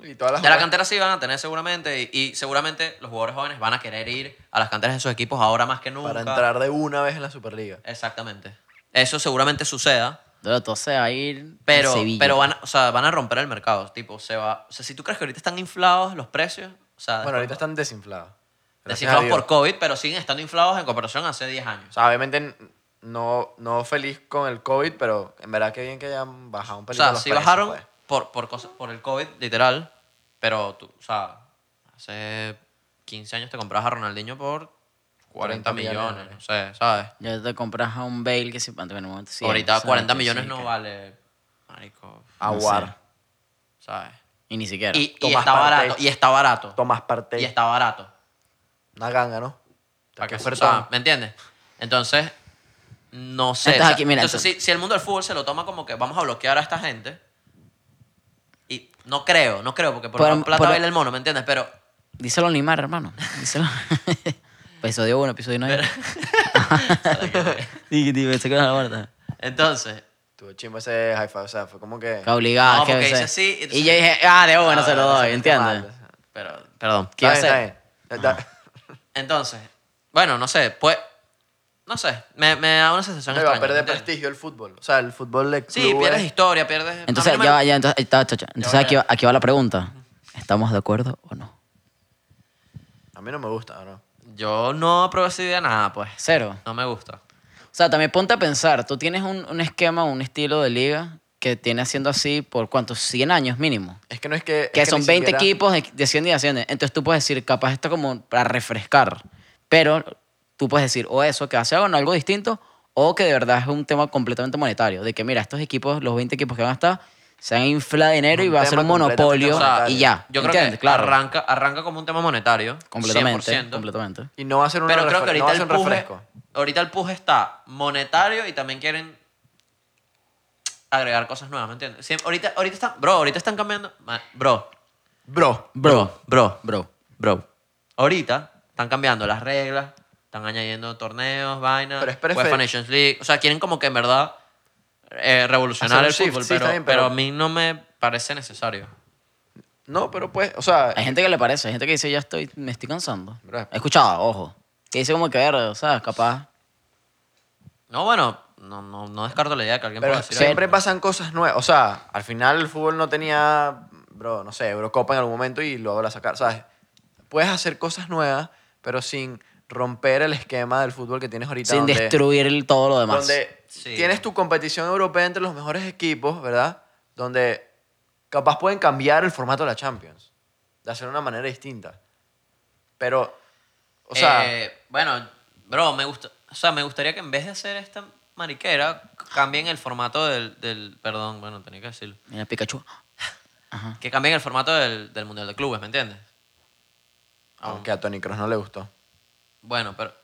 Speaker 3: Y todas las
Speaker 1: De la
Speaker 3: otras-
Speaker 1: cantera sí van a tener seguramente y, y seguramente los jugadores jóvenes van a querer ir a las canteras de sus equipos ahora más que nunca.
Speaker 3: para entrar de una vez en la Superliga.
Speaker 1: Exactamente. Eso seguramente suceda,
Speaker 2: Pero todo se va a ir a
Speaker 1: pero,
Speaker 2: Sevilla.
Speaker 1: pero van, a- o sea, van a romper el mercado. Tipo, se va, o sea, si tú crees que ahorita están inflados los precios, o sea,
Speaker 3: Bueno, ahorita
Speaker 1: después-
Speaker 3: están desinflados. Gracias a
Speaker 1: desinflados
Speaker 3: Dios.
Speaker 1: por COVID, pero siguen estando inflados en comparación a hace 10
Speaker 3: O
Speaker 1: años.
Speaker 3: sea, obviamente no, no feliz con el COVID, pero en verdad que bien que hayan bajado un
Speaker 1: O
Speaker 3: pelito
Speaker 1: sea,
Speaker 3: los
Speaker 1: sí
Speaker 3: precios,
Speaker 1: bajaron
Speaker 3: pues.
Speaker 1: por, por, cosas, por el COVID, literal, pero tú, o sea, hace 15 años te comprabas a Ronaldinho por 40
Speaker 3: 40 millones de
Speaker 1: millones, no sé, ¿sabes?
Speaker 2: Ya te compras a un Bale que si bueno, en un momento sí.
Speaker 1: Ahorita
Speaker 2: ¿sabes?
Speaker 1: 40
Speaker 2: Sí,
Speaker 1: millones
Speaker 2: sí,
Speaker 1: no
Speaker 2: que-
Speaker 1: vale, marico,
Speaker 3: Aguar.
Speaker 1: ¿sabes?
Speaker 2: Y ni siquiera.
Speaker 1: Y, y
Speaker 3: Tomás
Speaker 1: está
Speaker 3: Partey.
Speaker 1: barato, y está barato,
Speaker 3: Tomás
Speaker 1: y
Speaker 3: Partey.
Speaker 1: está barato.
Speaker 3: Una ganga, ¿no?
Speaker 1: Para que
Speaker 3: Qué
Speaker 1: o
Speaker 3: ofertón.
Speaker 1: sea, ¿Me entiendes? Entonces, no sé.
Speaker 2: Entonces
Speaker 1: o sea,
Speaker 2: aquí, mira,
Speaker 1: entonces,
Speaker 2: entonces-
Speaker 1: Si, si el mundo del fútbol se lo toma como que vamos a bloquear a esta gente, y no creo, no creo, porque por,
Speaker 2: Por-
Speaker 1: la plata
Speaker 2: por-
Speaker 1: baila el mono, ¿me entiendes? Pero,
Speaker 2: Díselo a Neymar, hermano. Díselo. episodio 1, episodio 9. Dije, dije, pensé que era la verdad.
Speaker 1: entonces,
Speaker 3: Tuvo chimbo ese high five. O sea, fue como que.
Speaker 2: Que obligado.
Speaker 1: No,
Speaker 2: que
Speaker 1: porque
Speaker 2: o sea,
Speaker 1: dice sí, y entonces-
Speaker 2: Ah, Y yo dije, ah, de
Speaker 3: Ah,
Speaker 2: bueno se lo
Speaker 3: no,
Speaker 2: doy,
Speaker 3: qué
Speaker 2: ¿entiendes?
Speaker 3: mal.
Speaker 1: pero, perdón.
Speaker 2: ¿Qué iba a
Speaker 3: Está
Speaker 2: hacer?
Speaker 3: bien, está bien. Da-
Speaker 1: Entonces, bueno, no sé, pues, no sé, me, me da una sensación
Speaker 3: Pero va a
Speaker 1: extraña,
Speaker 3: perder
Speaker 1: ¿me entiendes?
Speaker 3: prestigio eh. el fútbol. O sea, el fútbol de
Speaker 1: Sí,
Speaker 3: clubes-
Speaker 1: pierdes historia, pierdes... a mí
Speaker 2: Entonces,
Speaker 1: no me-
Speaker 2: ya, va, ya, entonces, está, chacha. entonces
Speaker 1: ya.
Speaker 2: aquí, va, aquí va la pregunta. ¿Estamos de acuerdo o no?
Speaker 3: A mí no me gusta, ¿no?
Speaker 1: Yo no apruebo esa idea nada, pues.
Speaker 2: Cero.
Speaker 1: No me gusta.
Speaker 2: O sea, también ponte a pensar, tú tienes un, un esquema, un estilo de liga que tiene haciendo así por cuántos, 100 años mínimo.
Speaker 3: Es que no es que. es
Speaker 2: Que,
Speaker 3: ni
Speaker 2: son 20
Speaker 3: siquiera-
Speaker 2: equipos de, de 100 y de 100. Entonces tú puedes decir, capaz esto como para refrescar. Pero tú puedes decir o eso, que hace algo, algo distinto, o que de verdad es un tema completamente monetario. De que mira, estos equipos, los 20 equipos que van a estar, se han inflado dinero
Speaker 3: Es
Speaker 2: y
Speaker 3: un
Speaker 2: va a ser
Speaker 3: tema
Speaker 2: un monopolio
Speaker 3: completamente
Speaker 2: y
Speaker 3: monetario.
Speaker 2: ya.
Speaker 1: Yo creo
Speaker 2: ¿Entiendes?
Speaker 1: que
Speaker 2: claro.
Speaker 1: arranca, arranca como un tema monetario.
Speaker 2: completamente.
Speaker 1: 100%.
Speaker 2: Completamente.
Speaker 3: Y no va a ser un
Speaker 1: Pero creo
Speaker 3: refre-
Speaker 1: que
Speaker 3: no va a
Speaker 1: ahorita
Speaker 3: ser
Speaker 1: el,
Speaker 3: un
Speaker 1: puje,
Speaker 3: refresco.
Speaker 1: ahorita el puje está monetario y también quieren agregar cosas nuevas, ¿me entiendes? Siem- ahorita, ahorita están, bro, ahorita están cambiando, ma- bro,
Speaker 3: Bro.
Speaker 2: Bro,
Speaker 1: bro,
Speaker 2: bro.
Speaker 1: bro. Ahorita están cambiando las reglas, están añadiendo torneos, vainas,
Speaker 3: Pero es prefer-
Speaker 1: UEFA Nations League, o sea, quieren como que en verdad eh, revolucionar
Speaker 3: Hacer un
Speaker 1: el
Speaker 3: shift,
Speaker 1: fútbol,
Speaker 3: sí,
Speaker 1: pero,
Speaker 3: está bien,
Speaker 1: pero
Speaker 3: pero-
Speaker 1: a mí no me parece necesario.
Speaker 3: No, pero pues. O sea,
Speaker 2: Hay gente que le parece, hay gente que dice, ya estoy, me estoy cansando.
Speaker 3: Bro.
Speaker 2: He escuchado, ojo. Que dice como que, o sea, capaz.
Speaker 1: No, bueno, no, no, no descarto la idea de que alguien
Speaker 3: Pero
Speaker 1: pueda decir
Speaker 3: siempre
Speaker 1: algo.
Speaker 3: pasan cosas nuevas. O sea, al final el fútbol no tenía, bro, no sé, Eurocopa en algún momento y luego la sacar. ¿Sabes? Puedes hacer cosas nuevas, pero sin romper el esquema del fútbol que tienes ahorita.
Speaker 2: Sin
Speaker 3: donde,
Speaker 2: destruir el- todo lo demás.
Speaker 3: Donde
Speaker 1: Sí.
Speaker 3: tienes tu competición europea entre los mejores equipos, ¿verdad? Donde capaz pueden cambiar el formato de la Champions. De hacer de una manera distinta. Pero, o sea,
Speaker 1: Eh, bueno, bro, me gusta, o sea, me gustaría que en vez de hacer esta mariquera cambien el formato del, del perdón, bueno, tenía que decirlo,
Speaker 2: Mira, Pikachu.
Speaker 1: que cambien el formato del, del mundial de clubes, ¿me entiendes?
Speaker 3: aunque a Tony Cross no le gustó.
Speaker 1: Bueno, pero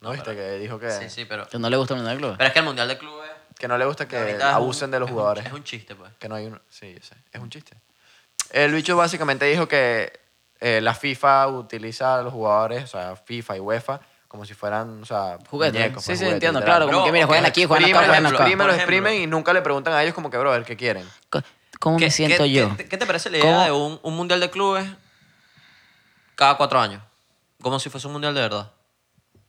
Speaker 3: ¿No viste que dijo que,
Speaker 1: sí, sí, pero
Speaker 2: Que no le gusta el Mundial de Clubes.
Speaker 1: pero es que el mundial de clubes
Speaker 3: que no le gusta que
Speaker 1: ahorita es un-
Speaker 3: abusen de los
Speaker 1: es un-
Speaker 3: jugadores?
Speaker 1: es un chiste, pues.
Speaker 3: Que no hay uno. Sí, yo sé. Es un chiste. El bicho básicamente dijo que eh, la FIFA utiliza a los jugadores, o sea, FIFA y UEFA, como si fueran, o sea,
Speaker 2: Juguetes.
Speaker 3: muñecos,
Speaker 2: Sí,
Speaker 3: pues,
Speaker 2: sí,
Speaker 3: juguetes,
Speaker 2: entiendo,
Speaker 3: literal.
Speaker 2: claro. Como
Speaker 1: Bro,
Speaker 2: que mira, juegan
Speaker 1: ok,
Speaker 2: aquí, juegan acá,
Speaker 1: exprimen,
Speaker 2: juegan
Speaker 1: ejemplo,
Speaker 2: acá.
Speaker 3: Exprimen, lo
Speaker 1: Por ejemplo.
Speaker 3: exprimen y nunca le preguntan a ellos como que, bro, el que quieren.
Speaker 2: Co- ¿Cómo
Speaker 1: ¿Qué-
Speaker 2: me siento
Speaker 1: qué-
Speaker 2: yo?
Speaker 1: qué, qué te parece la
Speaker 2: ¿Cómo?
Speaker 1: idea de un, un mundial de clubes cada cuatro años? Como si fuese un mundial de verdad.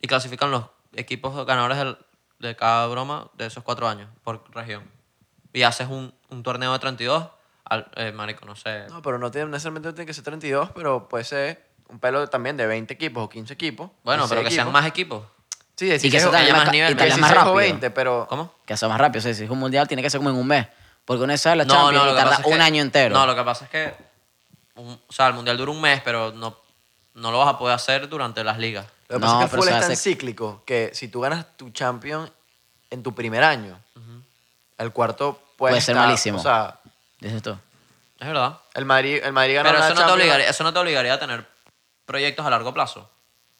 Speaker 1: Y clasifican los equipos ganadores del- de cada broma de esos cuatro años por región. Y haces un, un torneo de 32. Al, eh, marico, no sé.
Speaker 3: No, pero no tiene, necesariamente no tiene que ser 32, pero puede ser un pelo también de 20 equipos o 15 equipos.
Speaker 1: bueno, pero
Speaker 3: 16
Speaker 1: que sean
Speaker 3: equipos.
Speaker 1: más equipos.
Speaker 3: Sí,
Speaker 2: Y que
Speaker 3: 16
Speaker 2: eso
Speaker 3: o
Speaker 1: haya
Speaker 2: también
Speaker 1: más
Speaker 2: más,
Speaker 1: nivel,
Speaker 2: y
Speaker 1: que
Speaker 2: también más
Speaker 3: 16 o
Speaker 2: rápido.
Speaker 3: 20, pero...
Speaker 1: ¿Cómo?
Speaker 2: Que sea más rápido. O sea, si es un mundial, tiene que ser como en un mes. Porque una vez sale la
Speaker 1: No,
Speaker 2: Champions
Speaker 1: no, lo
Speaker 2: y
Speaker 1: que
Speaker 2: tarda
Speaker 1: pasa es
Speaker 2: un
Speaker 1: que-
Speaker 2: año entero.
Speaker 1: No, lo que pasa es que. un- o sea, el mundial dura un mes, pero no, no lo vas a poder hacer durante las ligas.
Speaker 3: Lo que pasa
Speaker 2: No,
Speaker 3: es que el
Speaker 2: pero
Speaker 3: fútbol
Speaker 2: se
Speaker 3: es tan
Speaker 2: hace-
Speaker 3: cíclico que si tú ganas tu champion en tu primer año, el cuarto puede,
Speaker 2: Puede ser
Speaker 3: estar-
Speaker 2: malísimo.
Speaker 3: O sea,
Speaker 2: Dices tú.
Speaker 1: Es verdad.
Speaker 3: el Madrid, el Madrid ganó
Speaker 1: Pero
Speaker 3: la
Speaker 1: eso no, te
Speaker 3: Champions.
Speaker 1: obligaría, eso no te obligaría a tener proyectos a largo plazo.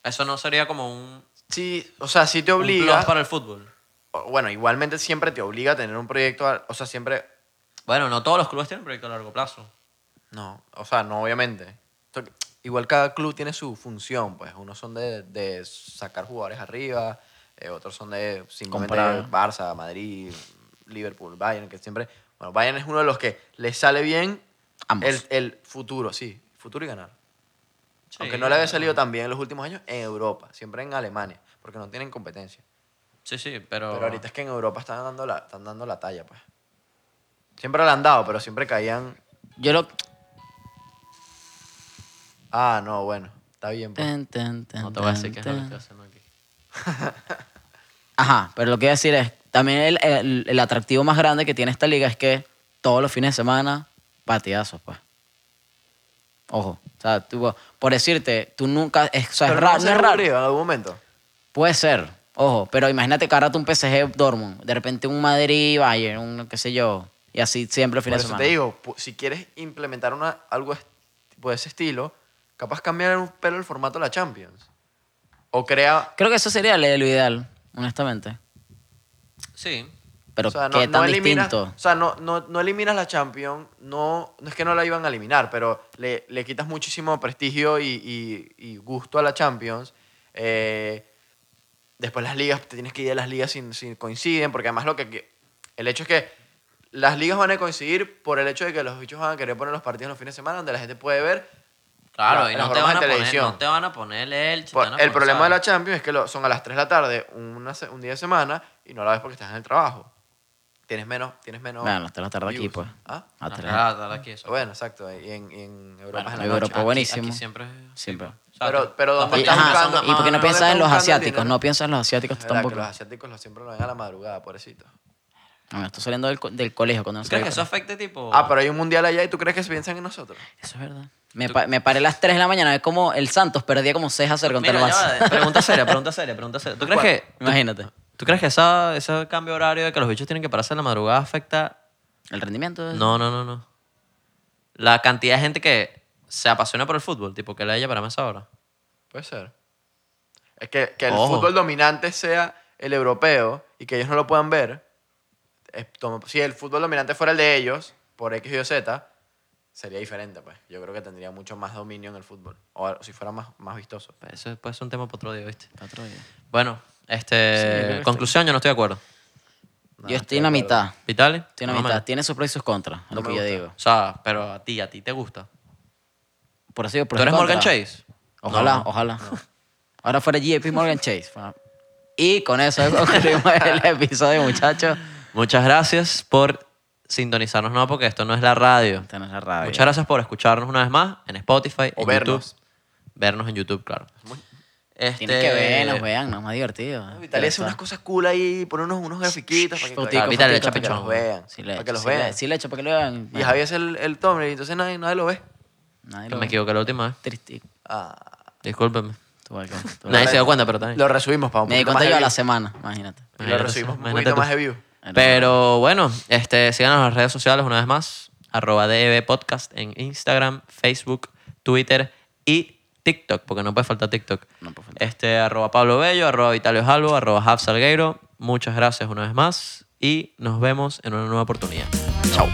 Speaker 1: Eso no sería como un,
Speaker 3: Sí, o sea, sí te
Speaker 1: un plus
Speaker 3: obliga.
Speaker 1: para el fútbol.
Speaker 3: o- Bueno, igualmente siempre te obliga a tener un proyecto. a- O sea, siempre.
Speaker 1: Bueno, no todos los clubes tienen proyectos a largo plazo.
Speaker 3: No, o sea, no, obviamente. Esto- Igual cada club tiene su función, pues. Unos son de, de sacar jugadores arriba, eh, otros son de simplemente
Speaker 2: Comprar.
Speaker 3: Barça, Madrid, Liverpool, Bayern, que siempre. bueno, Bueno, Bayern es uno de los que le sale bien
Speaker 2: Ambos.
Speaker 3: el, el futuro, sí, futuro y ganar.
Speaker 1: Sí,
Speaker 3: Aunque no le había salido tan bien en los últimos años en Europa, siempre en Alemania, porque no tienen competencia.
Speaker 1: Sí, sí, pero.
Speaker 3: Pero ahorita es que en Europa están dando la, están dando la talla, pues. Siempre la han dado, pero siempre caían.
Speaker 2: Yo lo.
Speaker 3: Ah, no, bueno, está bien. Pues.
Speaker 2: Tan, tan, tan,
Speaker 1: No te voy a decir
Speaker 2: tan,
Speaker 1: qué es lo que
Speaker 2: tan.
Speaker 1: estoy haciendo aquí.
Speaker 2: Ajá, pero lo que iba a decir es, también el, el- el atractivo más grande que tiene esta liga es que todos los fines de semana, pateazos, pues. Ojo, o sea, tú, por decirte, tú nunca, es, o sea, es
Speaker 3: Pero
Speaker 2: raro,
Speaker 3: no
Speaker 2: no es
Speaker 3: será
Speaker 2: raro.
Speaker 3: aburrido en algún momento.
Speaker 2: Puede ser, ojo, pero imagínate que ahora tú un PSG Dortmund, de repente un Madrid Bayern, un qué sé yo, y así siempre los
Speaker 3: Por
Speaker 2: fines
Speaker 3: eso
Speaker 2: de semana.
Speaker 3: te digo, pu- si quieres implementar una, algo es- tipo de ese estilo, capaz cambiar un pelo el formato de la Champions. O crea...
Speaker 2: Creo que eso sería lo lo ideal, honestamente.
Speaker 1: Sí.
Speaker 2: Pero
Speaker 3: o sea, no,
Speaker 2: qué
Speaker 3: no
Speaker 2: tan
Speaker 3: eliminas,
Speaker 2: distinto.
Speaker 3: o sea, no, no- no eliminas la Champions, no, no es que no la iban a eliminar, pero le, le quitas muchísimo prestigio y, y- y gusto a la Champions. Eh, después las ligas, te tienes que ir a las ligas si, si coinciden, porque además lo que- que... El hecho es que las ligas van a coincidir por el hecho de que los bichos van a querer poner los partidos los fines de semana donde la gente puede ver
Speaker 1: Claro,
Speaker 3: La-
Speaker 1: y
Speaker 3: las
Speaker 1: no te,
Speaker 3: jornadas
Speaker 1: van a
Speaker 3: de
Speaker 1: poner,
Speaker 3: televisión.
Speaker 1: no te van a poner el Elche. te
Speaker 3: Por-
Speaker 1: van a
Speaker 3: Pues, el
Speaker 1: poner,
Speaker 3: problema de la
Speaker 1: ¿sabes?
Speaker 3: Champions es que lo- son a las 3 de la tarde, una se- un día de semana, y no la ves porque estás en el trabajo. Tienes menos. Tienes menos
Speaker 2: Bueno, te lo tarda aquí,
Speaker 3: views.
Speaker 2: pues.
Speaker 3: ¿Ah?
Speaker 2: Ah, te lo-
Speaker 1: Ah, dale aquí, eso.
Speaker 3: Bueno, exacto. Y en, y en
Speaker 1: Bueno,
Speaker 3: Europa es en
Speaker 2: en
Speaker 3: la noche. Ah,
Speaker 2: Europa,
Speaker 1: Aquí-
Speaker 2: buenísimo.
Speaker 1: aquí siempre.
Speaker 2: Siempre.
Speaker 1: O sea,
Speaker 3: Pero-
Speaker 1: los
Speaker 3: pero ¿dónde
Speaker 2: Y,
Speaker 1: partidos
Speaker 3: estás
Speaker 1: son
Speaker 2: ajá,
Speaker 3: buscando-
Speaker 1: una
Speaker 2: y porque no
Speaker 1: mano,
Speaker 3: piensas
Speaker 2: piensas en los
Speaker 3: buscando el
Speaker 2: asiáticos,
Speaker 3: dinero.
Speaker 2: no piensas en los asiáticos
Speaker 3: Es verdad que
Speaker 2: tampoco.
Speaker 3: los asiáticos lo- siempre lo ven a la madrugada, pobrecito.
Speaker 2: No, me estoy saliendo del, co- del colegio cuando no
Speaker 1: ¿Tú crees
Speaker 2: salí
Speaker 1: que eso
Speaker 2: del
Speaker 1: afecte tipo?
Speaker 3: Ah, pero hay un mundial allá y tú crees que se piensan en nosotros.
Speaker 2: colegio. Eso es verdad. Me, pa- me paré a las 3 de la mañana, es como el Santos perdía como 6 a 0 contra
Speaker 1: Mira,
Speaker 2: el
Speaker 1: ya eh.
Speaker 2: Barça.
Speaker 1: va, eh. pregunta seria, pregunta seria, pregunta seria. ¿Tú crees
Speaker 3: ¿Cuál?
Speaker 1: que
Speaker 2: Imagínate.
Speaker 1: ¿Tú crees que esa, ese cambio de horario de que los bichos tienen que pararse en la madrugada afecta?
Speaker 2: El rendimiento. es-
Speaker 1: No, no, no, no. La cantidad de gente que se apasiona por el fútbol, tipo que le haya parado a esa hora.
Speaker 3: Puede ser. Es que, que el
Speaker 1: Ojo.
Speaker 3: fútbol dominante sea el europeo y que ellos no lo puedan ver. es tomo- si el fútbol dominante fuera el de ellos, por X, Y o Z, sería diferente, pues. Yo creo que tendría mucho más dominio en el fútbol. O si fuera más, más vistoso.
Speaker 1: pues, Eso puede ser un tema para otro día, ¿viste?
Speaker 2: Otro día.
Speaker 1: Bueno,
Speaker 3: Sí, yo creo
Speaker 1: este,
Speaker 3: que
Speaker 1: conclusión, yo no estoy de acuerdo.
Speaker 2: yo
Speaker 3: estoy
Speaker 2: estoy en la
Speaker 3: de acuerdo.
Speaker 2: mitad.
Speaker 1: ¿Vitali?
Speaker 2: Estoy en la
Speaker 1: Más o
Speaker 2: mitad.
Speaker 1: menos.
Speaker 2: Tiene sus pros y sus contras,
Speaker 3: No
Speaker 2: lo
Speaker 3: me
Speaker 2: que yo
Speaker 3: gusta.
Speaker 2: digo.
Speaker 1: O sea, pero a ti, a ti te gusta.
Speaker 2: Por eso digo, por
Speaker 1: ¿Tú eres Morgan
Speaker 2: contra.
Speaker 1: Chase?
Speaker 2: Ojalá,
Speaker 1: No, no.
Speaker 2: ojalá. Ahora fuera JP Morgan Chase. Y con eso concluimos el episodio, muchachos.
Speaker 1: Muchas gracias por sintonizarnos, no, porque esto no es la radio.
Speaker 2: Tenés la radio.
Speaker 1: Muchas gracias por escucharnos una vez más en Spotify,
Speaker 3: O
Speaker 1: en
Speaker 3: vernos.
Speaker 1: YouTube. Vernos en YouTube, claro. Este,
Speaker 2: Tienen que ver, nos vean, no, más divertido.
Speaker 3: Vitalia hace
Speaker 2: Pero
Speaker 3: unas cosas cool ahí, pone unos, unos grafiquitos para que,
Speaker 2: Fotico,
Speaker 1: Ah, Vitalia,
Speaker 2: fotico,
Speaker 1: echa
Speaker 3: para que
Speaker 2: fotico.
Speaker 3: los vean.
Speaker 2: Sí, le
Speaker 3: para
Speaker 2: echo,
Speaker 3: que los
Speaker 2: sí
Speaker 3: vean.
Speaker 2: le- Sí, le echo para que lo vean.
Speaker 3: Y Javier es el, el thumbnail, entonces nadie, nadie lo ve.
Speaker 2: Nadie
Speaker 1: que
Speaker 2: lo
Speaker 1: me
Speaker 2: ve.
Speaker 1: equivoqué la última vez.
Speaker 2: Tristico.
Speaker 3: Ah,
Speaker 1: Discúlpenme.
Speaker 2: Tú vas con- tú vas
Speaker 1: Nadie
Speaker 2: con-
Speaker 1: se dio cuenta, pero también.
Speaker 3: lo resubimos para un
Speaker 2: Me di
Speaker 3: poquito
Speaker 2: cuenta
Speaker 3: más
Speaker 2: yo
Speaker 3: de
Speaker 2: a la
Speaker 3: view.
Speaker 2: semana, imagínate.
Speaker 3: Lo resubimos un
Speaker 1: Imagínate
Speaker 3: poquito
Speaker 1: tú.
Speaker 3: más de view.
Speaker 1: Pero bueno, este, síganos en las redes sociales una vez más. Arroba DEB Podcast en Instagram, Facebook, Twitter y TikTok, porque no puede faltar TikTok.
Speaker 2: No puede faltar.
Speaker 1: Este, arroba Pablo Bello, arroba Vitalio Jalvo, arroba Jav Salgueiro. Muchas gracias una vez más y nos vemos en una nueva oportunidad. Chao.